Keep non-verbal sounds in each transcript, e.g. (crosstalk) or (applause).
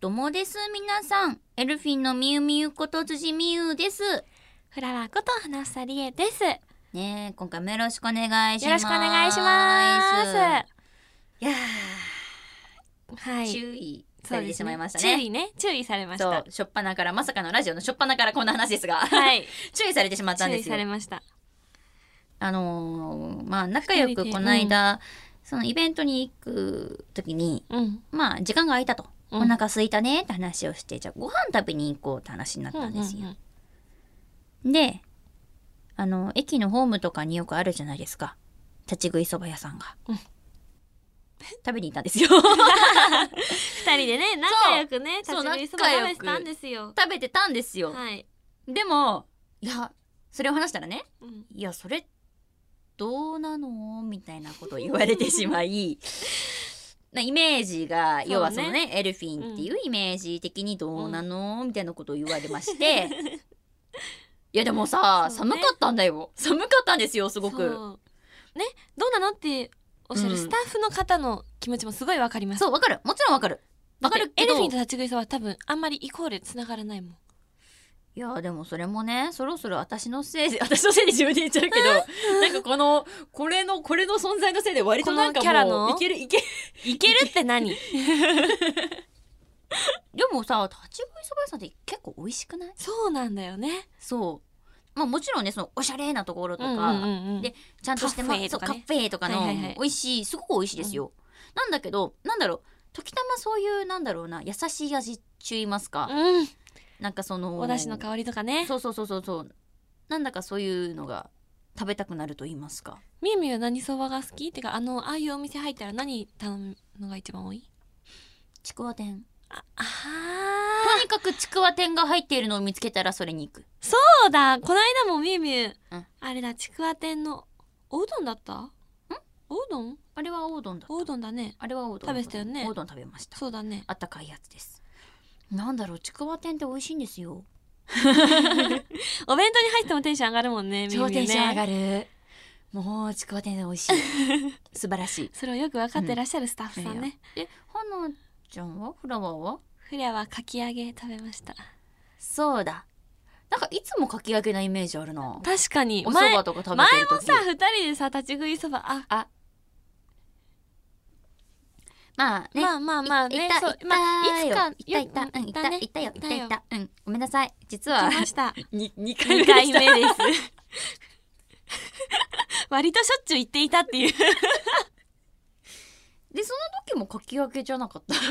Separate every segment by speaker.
Speaker 1: どうもです皆さんエルフィンのみゆみゆこと辻みゆです
Speaker 2: フラワーこと花房理恵です。よ
Speaker 1: ねえ今回もよろしくお願いします
Speaker 2: ろしくお願いします。
Speaker 1: いや
Speaker 2: は
Speaker 1: ー、
Speaker 2: い。
Speaker 1: 注意されてしまいました
Speaker 2: そうですね
Speaker 1: ね
Speaker 2: 注意ね、注意されまし
Speaker 1: そう
Speaker 2: た。
Speaker 1: 初っ端からまさかのラジオの初っ端からこんな話ですが、
Speaker 2: はい。
Speaker 1: (laughs) 注意されてしまったん
Speaker 2: 注
Speaker 1: で
Speaker 2: 意
Speaker 1: すよ
Speaker 2: されました。
Speaker 1: あのーまあ仲良くこの間、そのイベントに行く時に
Speaker 2: うん。
Speaker 1: まあ時間が空いたと、
Speaker 2: うん
Speaker 1: お腹空いたねって話をしてじゃあご飯食べに行こうって話になったんですよ、
Speaker 2: うん
Speaker 1: であの駅のホームとかによくあるじゃないですか立ち食いそば屋さんが、
Speaker 2: うん
Speaker 1: 食べに行ったん (laughs) ですよ
Speaker 2: 二人でね、仲良くね、立ち
Speaker 1: そう
Speaker 2: 食いそば食べてたんですよ。
Speaker 1: 食べてたんですよ、
Speaker 2: はい。
Speaker 1: でもいやそれを話したらね
Speaker 2: うん
Speaker 1: いやそれどうなのみたいなことを言われてしま (laughs) いなイメージが、
Speaker 2: そうね
Speaker 1: 要はそのねエルフィンっていうイメージ的にどうなの、みたいなことを言われまして、いやでもさ、
Speaker 2: そう
Speaker 1: 寒
Speaker 2: ね
Speaker 1: かったんだよ寒かったんですよすごくそう
Speaker 2: そうね、どうなのっておっしゃ
Speaker 1: う
Speaker 2: る
Speaker 1: ん
Speaker 2: スタッフの方の気持ちもすごいわかります。
Speaker 1: わかるもちろんわかるわかる
Speaker 2: エ
Speaker 1: け
Speaker 2: ル
Speaker 1: ど
Speaker 2: フィンと立ち食いそばは多分あんまりイコール繋がらないもん。
Speaker 1: いやでもそれもねそろそろ私のせいで (laughs) 私のせいで自分で言っちゃうけ (laughs) どなんかこのこれのこれの存在のせいで割となんか
Speaker 2: このキャラ
Speaker 1: もう
Speaker 2: の
Speaker 1: いけるいける
Speaker 2: いけるって何
Speaker 1: でもさ立ち食いそば屋さんって結構美味しくない
Speaker 2: そうなんだよね。
Speaker 1: そうまあもちろんねそのおしゃれなところとか、
Speaker 2: うんうんうんうん
Speaker 1: でちゃんとしてま
Speaker 2: カフェとかね
Speaker 1: そうカフェとかの
Speaker 2: はいはいはい
Speaker 1: 美味しいすごく美味しいですよ、なんだけどなんだろう時たまそういうなんだろうな優しい味っちゅいますか、
Speaker 2: うん。
Speaker 1: なんかその
Speaker 2: お出汁の香りとかね
Speaker 1: そうそうそうそうそうなんだかそういうのが食べたくなると言いますか
Speaker 2: みゆみゆは何そばが好きってかあのああいうお店入ったら何頼むのが一番多い
Speaker 1: ちくわ店
Speaker 2: ああ
Speaker 1: とにかくちくわ店が入っているのを見つけたらそれに行く
Speaker 2: そうだこの間もみゆみゆ、
Speaker 1: うん
Speaker 2: あれだちくわ店のおうどんだったんおうどん
Speaker 1: あれはおうどんだ
Speaker 2: おうどんだね
Speaker 1: あれはおうどん
Speaker 2: 食べてたよね
Speaker 1: おうどん食べました
Speaker 2: そうだね
Speaker 1: あったかいやつですなんだろうちくわ店って美味しいんですよ
Speaker 2: お弁当に入ってもテンション上がるもんねみゆ
Speaker 1: 超
Speaker 2: み
Speaker 1: テ
Speaker 2: ゆ
Speaker 1: ンション上
Speaker 2: ね
Speaker 1: がるもうちくわ店で美味
Speaker 2: (laughs)
Speaker 1: しい素晴らしい
Speaker 2: それをよく分かってらっしゃるスタッフさん
Speaker 1: うんいい
Speaker 2: ね、
Speaker 1: え花ちゃんはフラワーは
Speaker 2: フレアはかき揚げ食べました
Speaker 1: そうだなんかいつもかき揚げなイメージあるな
Speaker 2: 確かに
Speaker 1: お蕎
Speaker 2: 前前
Speaker 1: 麦とか食べてる
Speaker 2: も
Speaker 1: 時
Speaker 2: さ二人でさ立ち食いそばあ
Speaker 1: まあね
Speaker 2: まあまあまあね、
Speaker 1: いた
Speaker 2: そうまあ
Speaker 1: い
Speaker 2: いつか
Speaker 1: いたいたうんいた
Speaker 2: ね
Speaker 1: いたよいた
Speaker 2: よ
Speaker 1: いたうんごめんなさい実
Speaker 2: (laughs) 行
Speaker 1: は
Speaker 2: きました。
Speaker 1: に二
Speaker 2: 2
Speaker 1: で
Speaker 2: 回
Speaker 1: した
Speaker 2: 目です。割としょっちゅう行っていたっていう。
Speaker 1: (laughs) でその時もかき揚げじゃなかった
Speaker 2: あの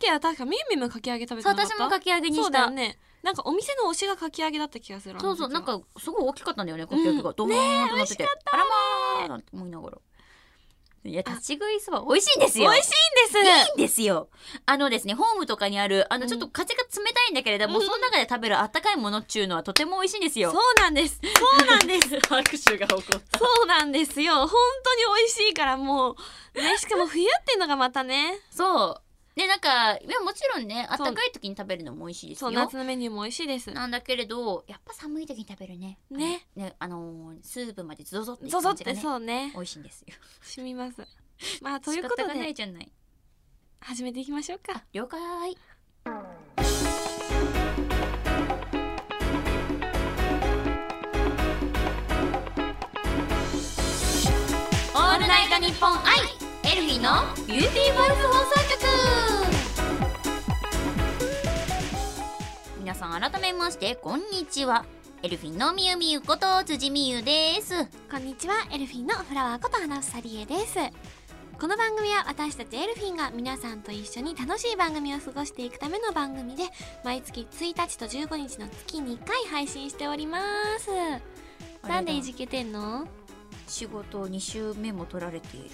Speaker 2: 時は確かみゆみゆもかき揚げ食べて
Speaker 1: そう
Speaker 2: なかった。
Speaker 1: 私もかき揚げにした
Speaker 2: そうだよね。なんかお店の推しがかき揚げだった気がする。
Speaker 1: そうそう
Speaker 2: あ
Speaker 1: なん
Speaker 2: の時は。
Speaker 1: かすごい大きかったんだよねかき揚げが、ドーンってなってて、あらまーなんて思いながらいや立ち食いそば美味しいんです
Speaker 2: 美
Speaker 1: よ
Speaker 2: 味しいんです。
Speaker 1: いいんですよあのですねホームとかにあるあのちょっと風が冷たいんだけれども、
Speaker 2: うん
Speaker 1: その中で食べるあったかいものっちゅうのはとても美味しいんです
Speaker 2: そ
Speaker 1: よ
Speaker 2: うなんです。そうなんです。
Speaker 1: (laughs) 拍手が起こった
Speaker 2: そうなんですよ。本当に美味しいからもう。ね、しかも冬っていうのがまたね。
Speaker 1: そうねなんかいやもちろんねあったかい時に食べるのも美味しいです
Speaker 2: そ
Speaker 1: よ
Speaker 2: う、夏のメニューも美味しいです。
Speaker 1: なんだけれどやっぱ寒い時に食べるね
Speaker 2: ね
Speaker 1: ねあのースープまでゾゾってい
Speaker 2: ゾ
Speaker 1: く
Speaker 2: ゾ
Speaker 1: 感
Speaker 2: っ
Speaker 1: じが
Speaker 2: て
Speaker 1: ね
Speaker 2: そうね。
Speaker 1: 美味しいんですよ
Speaker 2: 染みます。まあ、というこ
Speaker 1: 仕
Speaker 2: と
Speaker 1: 方がな
Speaker 2: で
Speaker 1: い、じゃない
Speaker 2: 始めていきましょうか。
Speaker 1: 了解オールナイトニッポン愛エルフィーのビューティーボイス放送局皆さん改めましてこんにちはエルフィーのみゆみゆこと辻みゆです
Speaker 2: こんにちは、エルフィンのフラワーこと花房理恵です。この番組は私たちエルフィンが皆さんと一緒に楽しい番組を過ごしていくための番組で、毎月1日と15日の月2回配信しております。なんでいじけてんの
Speaker 1: 仕事2週目も取られている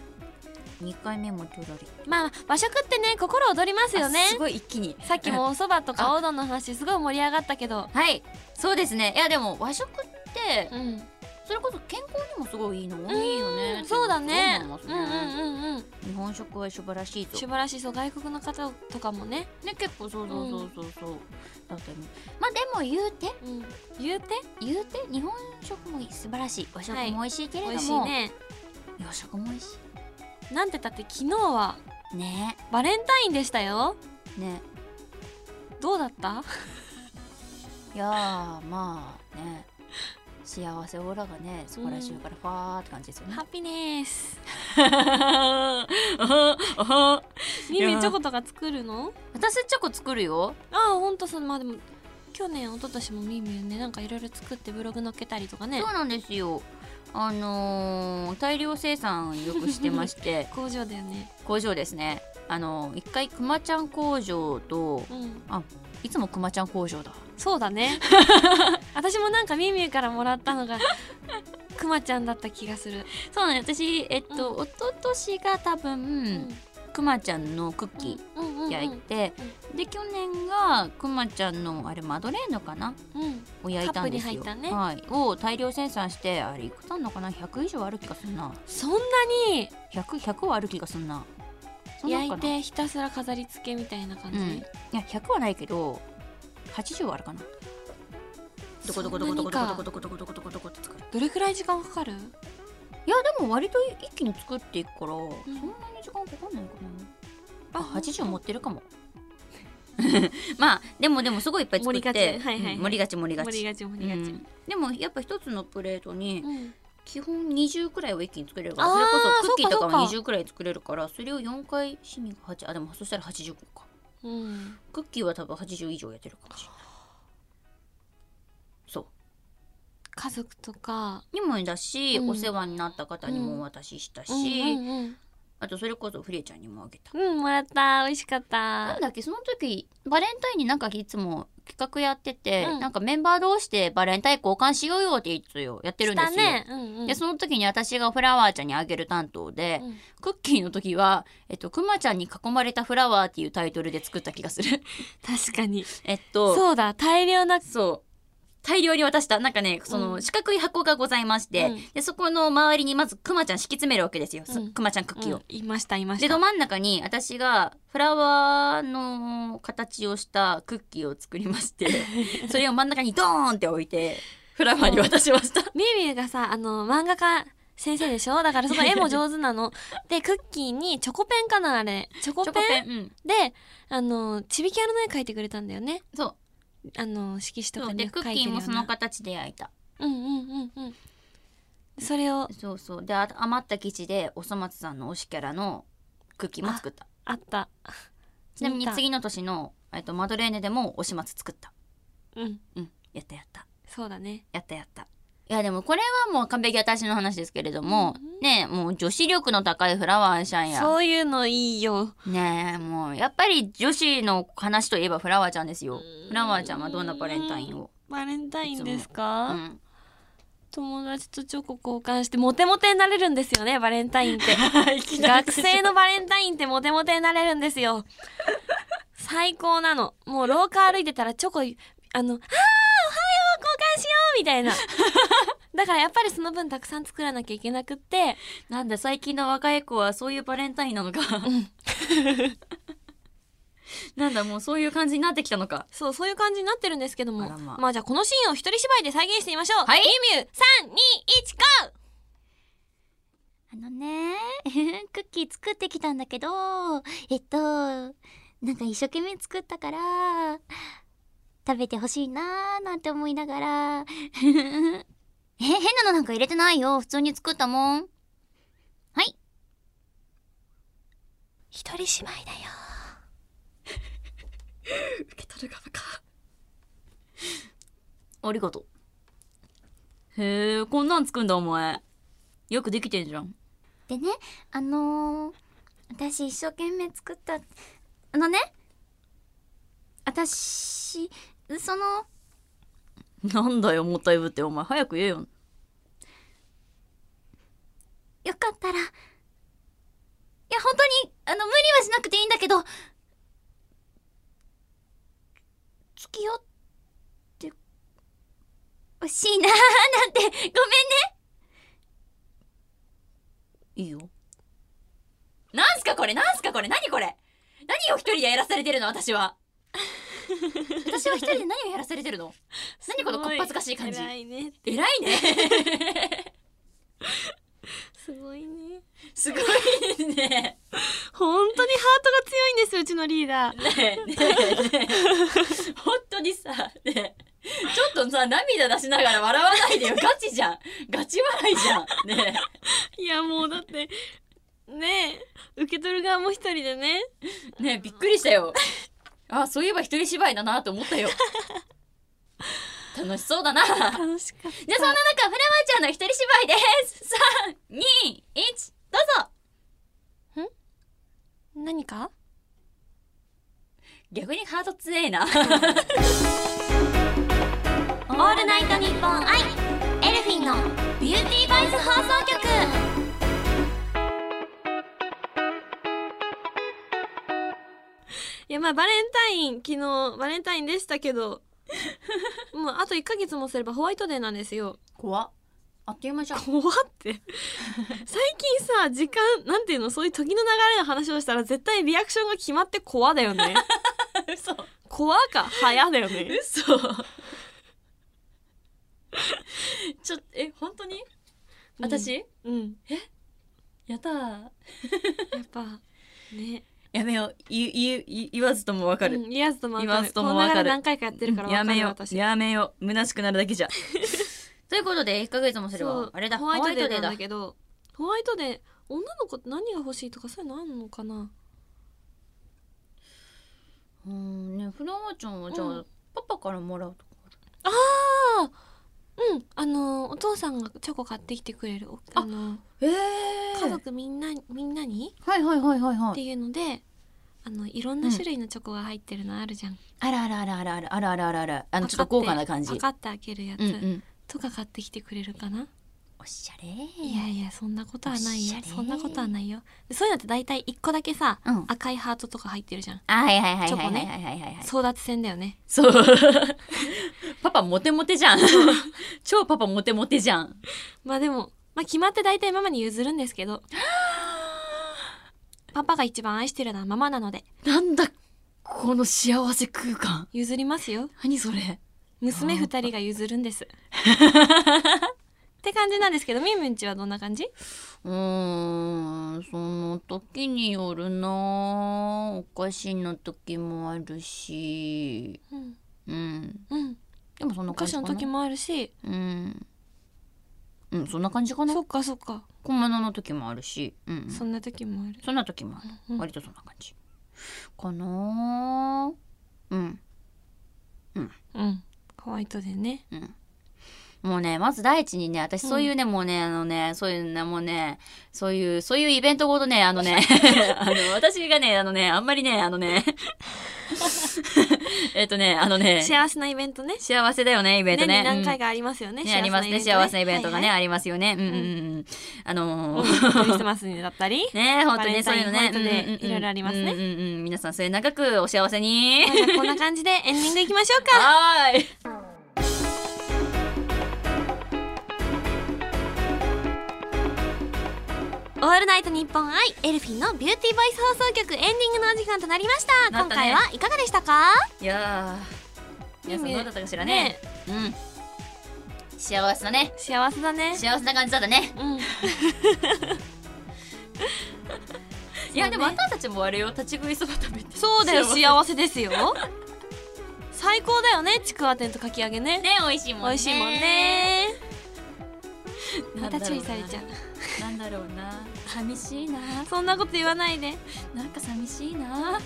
Speaker 1: 2回目も取られている
Speaker 2: まあ、和食ってね、心躍りますよね。
Speaker 1: あすごい一気に
Speaker 2: さっきもお蕎麦とかおうどんの話すごい盛り上がったけど、
Speaker 1: はいそうですねいやでも和食って
Speaker 2: うん。
Speaker 1: それこそ健康にもすごいいいのいいよねってい
Speaker 2: そうだね。
Speaker 1: そうう思います
Speaker 2: んうんうんうん。
Speaker 1: 日本食は素晴らしいと
Speaker 2: 素晴らしい、そう、外国の方とかもね。
Speaker 1: ね結構そうそうそうそうそう、だったよねまあでも言うて
Speaker 2: うん。言うて、
Speaker 1: 言うて日本食も素晴らしい和食も美味しいけれ
Speaker 2: 美
Speaker 1: ども、
Speaker 2: 味しいね。
Speaker 1: 洋食も美味し
Speaker 2: なんてたって昨日はい
Speaker 1: ね
Speaker 2: バレンタインでしたよ
Speaker 1: ね
Speaker 2: どうだった
Speaker 1: いやーまあね幸せオーラがねそこら中からファーって感じですよね
Speaker 2: ハ、ッピネス
Speaker 1: あ
Speaker 2: みめチョコとか作るの
Speaker 1: (laughs) 私チョコ作るよ
Speaker 2: ああほんとそのまあでも去年一昨年もみみねなんかいろいろ作ってブログ載っけたりとかね
Speaker 1: そうなんですよあのー大量生産よくしてまして (laughs)
Speaker 2: 工場だよね
Speaker 1: 工場ですねあのー一回くまちゃん工場と
Speaker 2: うん
Speaker 1: いつもくまちゃん工場だ
Speaker 2: そうだね (laughs) 私もなんかみみからもらったのがくまちゃんだった気がする、
Speaker 1: そうなんです私えっと、一昨年が多分くまちゃんのクッキ
Speaker 2: うんうんうんう
Speaker 1: ー
Speaker 2: ん
Speaker 1: 焼いて、で去年がくまちゃんのあれマドレーヌかな
Speaker 2: うん
Speaker 1: を焼いたんですよ
Speaker 2: カップに入ったね
Speaker 1: はい、を大量生産してあれいくつあんのかな100以上ある気がすんな
Speaker 2: そんなに
Speaker 1: 100, 100はある気がすんなそんな
Speaker 2: 焼
Speaker 1: ん
Speaker 2: い
Speaker 1: かな
Speaker 2: てひたすら飾り付けみたいな感じ、
Speaker 1: うん、いや100はないけど80はあるかなどこどこどこどこどこどこどこどこどこどこって作る
Speaker 2: どれくらい時間かかる
Speaker 1: いやでも割と一気に作っていくから、そんなに時間かかんないかなあ80持ってるかもまあでもでもすごいいっぱい作って
Speaker 2: 盛りがちはいはいはい
Speaker 1: うん盛りがち盛りが
Speaker 2: 盛
Speaker 1: ち
Speaker 2: りがち盛りがち、
Speaker 1: うんでもやっぱ一つのプレートに
Speaker 2: うん
Speaker 1: 基本20くらいは一気に作れるから
Speaker 2: あー
Speaker 1: それこそクッキーとかも
Speaker 2: そうかそ
Speaker 1: 20くらい作れるからそれを4回市民が8あでもそしたら80個か
Speaker 2: うん、
Speaker 1: クッキーは多分80以上やってるかもしれないそう
Speaker 2: 家族とか
Speaker 1: にもだし、
Speaker 2: うん
Speaker 1: お世話になった方にもお渡ししたし、
Speaker 2: うんうん
Speaker 1: あとそれこそフリエちゃんにもあげた
Speaker 2: うん、うん、もらった美味しかっ
Speaker 1: なん
Speaker 2: た
Speaker 1: だっけその時バレンタインになんかいつも企画やってて、
Speaker 2: うん
Speaker 1: なんかメンバー同士でバレンタイン交換しようよっていつよやってるんですよ、
Speaker 2: したね、うんうん、
Speaker 1: でその時に私がフラワーちゃんにあげる担当で、
Speaker 2: うん
Speaker 1: クッキーの時は、えっと、くまちゃんに囲まれたフラワーっていうタイトルで作った気がする。 (laughs)
Speaker 2: 確かに
Speaker 1: えっと、
Speaker 2: そうだ大量な
Speaker 1: そう。大量に渡した。なんかね、そうの
Speaker 2: ん
Speaker 1: 四角い箱がございまして、
Speaker 2: うん
Speaker 1: で、そこの周りにまずクマちゃん敷き詰めるわけですよ。す
Speaker 2: うん
Speaker 1: クマちゃんクッキーを。
Speaker 2: うんいましたいま
Speaker 1: で、
Speaker 2: した
Speaker 1: ど真ん中に私がフラワーの形をしたクッキーを作りまして、
Speaker 2: (laughs)
Speaker 1: それを真ん中にドーンって置いて、フラワーに渡しました。
Speaker 2: みゆみゆがさあの漫画家先生でしょだから
Speaker 1: (laughs)
Speaker 2: その絵も上手なのでクッキーにチョコペンかなあれチョコペン
Speaker 1: ンうん。
Speaker 2: であのちびキャラの絵描いてくれたんだよね
Speaker 1: そう。
Speaker 2: あの色紙と
Speaker 1: そ
Speaker 2: か
Speaker 1: うで、
Speaker 2: に描
Speaker 1: ク
Speaker 2: いて
Speaker 1: ッ
Speaker 2: る
Speaker 1: キー
Speaker 2: よ
Speaker 1: も
Speaker 2: う
Speaker 1: その
Speaker 2: な
Speaker 1: 形で焼いた。
Speaker 2: うんうんうんうんそれを
Speaker 1: そうそう。で、あ余った生地で、おそ松さんの推しキャラのクッキーも作った。
Speaker 2: あった
Speaker 1: ちなみに
Speaker 2: 見た
Speaker 1: 次の年の、えっと、マドレーヌでも推し松作った。
Speaker 2: うん
Speaker 1: うん。やったやった。
Speaker 2: そうだね
Speaker 1: やったやった。いやでもこれはもう完璧私の話ですけれども、
Speaker 2: うん
Speaker 1: ねえもう女子力の高いフラワーちゃんや
Speaker 2: そういうのいいよ
Speaker 1: ねえもうやっぱり女子の話といえばフラワーちゃんですよ
Speaker 2: うん
Speaker 1: フラワーちゃんはどんなバレンタインを
Speaker 2: バレンタインです
Speaker 1: う (laughs)
Speaker 2: か、
Speaker 1: ん
Speaker 2: 友達とチョコ交換してモテモテになれるんですよねバレンタ
Speaker 1: (laughs)
Speaker 2: インって学生のバレンタインってモテモテになれるんですよ最高なのもう廊下歩いてたらチョコあの「あーおはよう交換しよう」みた
Speaker 1: (laughs)
Speaker 2: いなだからやっぱりその分たくさん作らなきゃいけなくって
Speaker 1: なんだ最近の若い子はそういうバレンタインなのか (laughs) なんだもうそういう感じになってきたのか
Speaker 2: そうそういう感じになってるんですけど
Speaker 1: あ
Speaker 2: も
Speaker 1: らまあ
Speaker 2: まあじゃあこのシーンを一人芝居で再現してみましょう
Speaker 1: はい
Speaker 2: ミュウ321ゴー
Speaker 3: あのね、 (laughs) クッキー作ってきたんだけど、えっと、なんか一生懸命作ったから、食べてほしいなーなんて思いながら、 (laughs) え、変なのなんか入れてないよ。普通に作ったもん。
Speaker 2: 一人芝居だよ
Speaker 1: (laughs) 受け取る側かありがとうへえこんなんつくんだお前よくできてんじゃん
Speaker 3: でね、あのー、私一生懸命作った、あのね、私、その、
Speaker 1: なんだよもったいぶってお前早く言えよ
Speaker 3: よかったら、いや、本当に、あの、無理はしなくていいんだけど、付き合って、欲しいなーなんて、ごめんね。
Speaker 1: いいよなんすかこれなんすかこれ何これ何を一人でやらされてるの私は私は一人で何をやらされてるの (laughs) 何このこっぱずかしい感じ
Speaker 2: 偉いね
Speaker 1: 偉いね
Speaker 2: すごいね
Speaker 1: (laughs) すごい (laughs) ね。
Speaker 2: 本当にハートが強いんですうちのリーダー
Speaker 1: ねえねえねえ本当にさ、ねえちょっとさ、涙出しながら笑わないでよ。ガチじゃん。ガチ笑いじゃん。ね
Speaker 2: (laughs) いやもうだってねえ受け取る側も一人でね
Speaker 1: えねえびっくりしたよ。あ、そういえば一人芝居だなと思ったよ。楽しそうだな。じゃあそんな中、フ
Speaker 2: 楽しかっ
Speaker 1: ラワーちゃんの一人芝居です。3、2、1、どうぞ
Speaker 2: た何か
Speaker 1: 逆にハート強えな。
Speaker 3: オールナイトニッポン愛エルフィンのビューティーバイス放送局
Speaker 2: いやまあバレンタイン昨日バレンタインでしたけど (laughs) もうあと1ヶ月もすればホワイトデーなんですよ
Speaker 1: 怖っ。あっという間じゃん。
Speaker 2: 怖って最近さ時間なんていうのそういう時の流れの話をしたら絶対リアクションが決まって怖だよね
Speaker 1: (laughs) 嘘。
Speaker 2: 怖か早だよね
Speaker 1: 嘘 (laughs) ちょえ本当に
Speaker 2: うん
Speaker 1: 私、
Speaker 2: (laughs) うん
Speaker 1: やったー
Speaker 2: やっぱね
Speaker 1: やめよう言言言言わずともわかる、
Speaker 2: うん、言わずともわ
Speaker 1: 言
Speaker 2: か
Speaker 1: わ
Speaker 2: る
Speaker 1: ずともわかる
Speaker 2: この流れ何回かやってるからわか
Speaker 1: や
Speaker 2: るわ
Speaker 1: めよう
Speaker 2: 私
Speaker 1: やめよう虚しくなるだけ (laughs) じゃということで1ヶ月もすれ
Speaker 2: そ
Speaker 1: ば
Speaker 2: う
Speaker 1: あれだ
Speaker 2: ホ
Speaker 1: ホ
Speaker 2: ワ
Speaker 1: ワ
Speaker 2: イ
Speaker 1: イ
Speaker 2: ト
Speaker 1: ト
Speaker 2: デ
Speaker 1: デ
Speaker 2: ー
Speaker 1: ー
Speaker 2: な
Speaker 1: だ
Speaker 2: んだけどホワイトデー女の子って何が欲しいとかそういうのあんのかな
Speaker 1: うーんねフラワーちゃんはじゃあ、
Speaker 2: うん
Speaker 1: パパからもらうとかある
Speaker 2: うんあのお父さんがチョコ買ってきてくれるおあの
Speaker 1: え
Speaker 2: 家族みんなみんなに
Speaker 1: はいはいはいはいは
Speaker 2: っていうのであのいろんな種類のチョコが入ってるのあるじゃん、
Speaker 1: あらあらあらあらあらあらあらあらあらあのちょっと
Speaker 2: パカッ
Speaker 1: 豪
Speaker 2: て
Speaker 1: 華な感じ
Speaker 2: パカって開けるやつ、
Speaker 1: うんうん
Speaker 2: とか買ってきてくれるかな、
Speaker 1: おしゃれ
Speaker 2: いやいやそんなことはないよ
Speaker 1: おしゃれ
Speaker 2: そんなことはないよでそういうのって大体一個だけさ、
Speaker 1: うん
Speaker 2: 赤いハートとか入ってるじゃん
Speaker 1: あはいはいはい
Speaker 2: チョ
Speaker 1: は
Speaker 2: コ
Speaker 1: いは
Speaker 2: ね
Speaker 1: いはいはいはい
Speaker 2: 争奪戦だよね
Speaker 1: (laughs) そう。パパモテモテじゃん。 (laughs) 超パパモテモテじゃん。
Speaker 2: まあでも、まあ、決まって大体ママに譲るんで
Speaker 1: (gasps)
Speaker 2: すけどパパが一番愛してるのはママなので
Speaker 1: なんだ、この幸せ空間。
Speaker 2: 譲りますよ
Speaker 1: 何それ。
Speaker 2: 娘二人が譲るんですって感じなんですけどみーむんちはどんな感じ
Speaker 1: うーん、その時によるなお菓子の時もあるし。
Speaker 2: うん、
Speaker 1: うん。
Speaker 2: うん、
Speaker 1: でもそんな
Speaker 2: お菓
Speaker 1: 感
Speaker 2: 子
Speaker 1: じか
Speaker 2: の
Speaker 1: な。
Speaker 2: 時もあるし
Speaker 1: うん。うん、そんな感じかな
Speaker 2: そ。っかそっか、
Speaker 1: 小物の時もあるし。うんうん。
Speaker 2: そんな時もある
Speaker 1: そんな時もある。
Speaker 2: うん
Speaker 1: 割とそんな感じ。かなーうん。
Speaker 2: うんホワイトでね
Speaker 1: もうね、まず第一にね、私そういうね、もうね、あのね、そういうね、もうね、そういう、そういうイベントごとね、あの
Speaker 2: (laughs)
Speaker 1: ね、あの、私がね、あのね、あんまりね、あのね、 (laughs) えっとね、あのね、
Speaker 2: 幸せなイベントね
Speaker 1: 幸せだよね、イベントね。
Speaker 2: 年に何回
Speaker 1: か、
Speaker 2: かありますよね,、
Speaker 1: ねありますね、幸せなイベントがね、
Speaker 2: はい
Speaker 1: ありますよね。うんうんうん。あ
Speaker 2: はい
Speaker 1: の
Speaker 2: う
Speaker 1: ー
Speaker 2: ん
Speaker 1: (laughs)
Speaker 2: クリスマスにだったり
Speaker 1: ね本当にね、そ
Speaker 2: バ
Speaker 1: う
Speaker 2: レ
Speaker 1: い
Speaker 2: ン
Speaker 1: うの
Speaker 2: タ
Speaker 1: ね
Speaker 2: イン、ホワイトデ
Speaker 1: う
Speaker 2: ー
Speaker 1: んうんうん
Speaker 2: いろいろありますね
Speaker 1: うんうんうん、皆さん、末永くお幸せに
Speaker 2: ま。あじゃあこんな感じでエンディングいきましょうか
Speaker 1: (laughs) はーい。
Speaker 2: オールナイトニッポンアイエルフィンのビューティーボイス放送局エンディングのお時間となりました
Speaker 1: な
Speaker 2: 今
Speaker 1: ったね
Speaker 2: 回はいかがでしたか
Speaker 1: いやー、皆さんどうだったかしらね
Speaker 2: ね
Speaker 1: うん。幸せだね。
Speaker 2: 幸せだね
Speaker 1: 幸せな感じだったね。
Speaker 2: うん
Speaker 1: いや、でも、あんたたちもあれよ、立ち食いそば食べて。
Speaker 2: そうだよ
Speaker 1: 幸せ
Speaker 2: 幸せですよ最高だよねちくわ天とかき揚げね
Speaker 1: ね、美味しいもんね。
Speaker 2: 美味しいもん。ね
Speaker 1: な
Speaker 2: ま
Speaker 1: んだ
Speaker 2: た
Speaker 1: ろうな
Speaker 2: 注意されちゃう
Speaker 1: なんだろうな。寂しいな。
Speaker 2: そんなこと言わないで
Speaker 1: なんか寂しいな。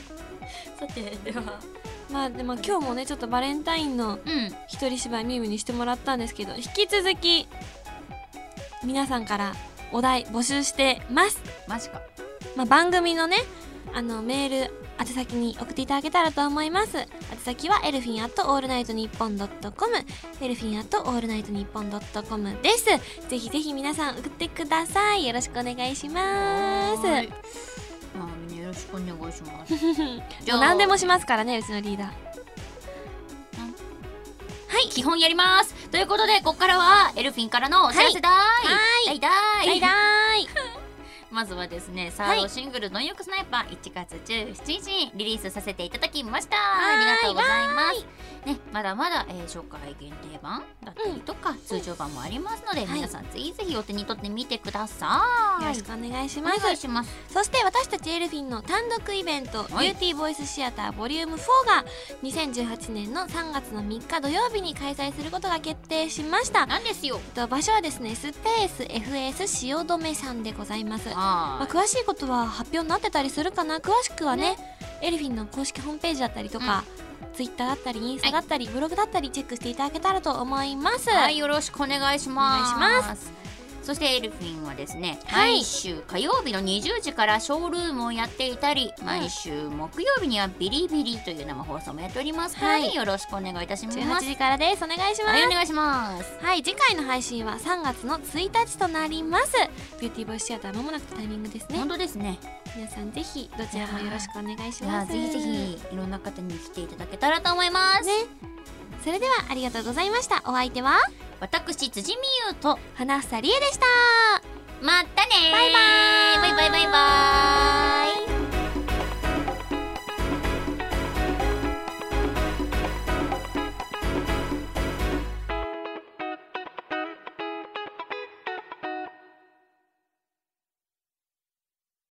Speaker 1: さて、では。
Speaker 2: まあでも今日もねちょっとバレンタインの
Speaker 1: うん。
Speaker 2: 一人芝居ミームにしてもらったんですけど引き続き皆さんからお題募集してます、
Speaker 1: マジか。
Speaker 2: まあ、番組のねあのメール宛先に送っていただけたらと思います宛先はエルフィンアットオールナイトニッポンドットコムエルフィンアットオールナイトニッポンドットコムですぜひぜひ皆さん送ってくださいよろしくお願いし
Speaker 1: は
Speaker 2: ます
Speaker 1: ーい。まあ、みんなよろしくお願いし (laughs) ます。じ
Speaker 2: もう何でもしますからねうちのリーダー
Speaker 1: はい、基本やります。ということで、ここからはエルフィンからのお知らせだーい。
Speaker 2: は
Speaker 1: はい、だーい。
Speaker 2: バイバイ
Speaker 1: まずはですねサ
Speaker 3: はい
Speaker 1: ードシングル「貪欲スナイパー」1月17日にリリースさせていただきまし
Speaker 3: ー
Speaker 1: た
Speaker 3: い
Speaker 1: ありがとうございます、ね、まだまだ、えー初回限定版だったりとか、通常版もありますので、
Speaker 2: はい
Speaker 1: 皆さんぜひぜひお手に取ってみてください
Speaker 2: よろしくお願いし
Speaker 1: お
Speaker 2: ます、
Speaker 1: 願いします
Speaker 2: そして私たちエルフィンの単独イベント「
Speaker 1: はい
Speaker 2: ビューティーボイスシアターボリューム4が2018年の3月の3日土曜日に開催することが決定しました
Speaker 1: なんですよ
Speaker 2: えっと場所はですねスペース FS 汐留さんでございますまあ、
Speaker 1: は
Speaker 2: 詳しいことは発表になってたりするかな詳しくはねエルフィンの公式ホームページだったりとか、ツイッターだったりインスタだったり、ブログだったりチェックしていただけたらと思います
Speaker 1: い、はい、よろしくお願いします
Speaker 2: お願いし
Speaker 1: そしてエルフィンはですね、
Speaker 2: はい
Speaker 1: 毎週火曜日の20時からショールームをやっていたり、毎週木曜日にはビリビリという生放送もやっておりますので、
Speaker 2: はい
Speaker 1: よろしくお願いいたします。
Speaker 2: 18時からですお願いします
Speaker 1: はい、お願いします。
Speaker 2: はい次回の配信は3月の1日となりますビューティーボイスシアターまもなくタイミングですね
Speaker 1: 本当ですね。
Speaker 2: 皆さんぜひどちらもよろしくお願いし
Speaker 1: いや
Speaker 2: ま
Speaker 1: ー
Speaker 2: す
Speaker 1: ぜひぜひいろんな方に来ていただけたらと思います。
Speaker 2: ねそれではありがとうございましたお相手は
Speaker 1: 私辻美優と
Speaker 2: 花房理恵でした
Speaker 1: またねー
Speaker 2: バイバーイ
Speaker 1: バイバイバイバーイ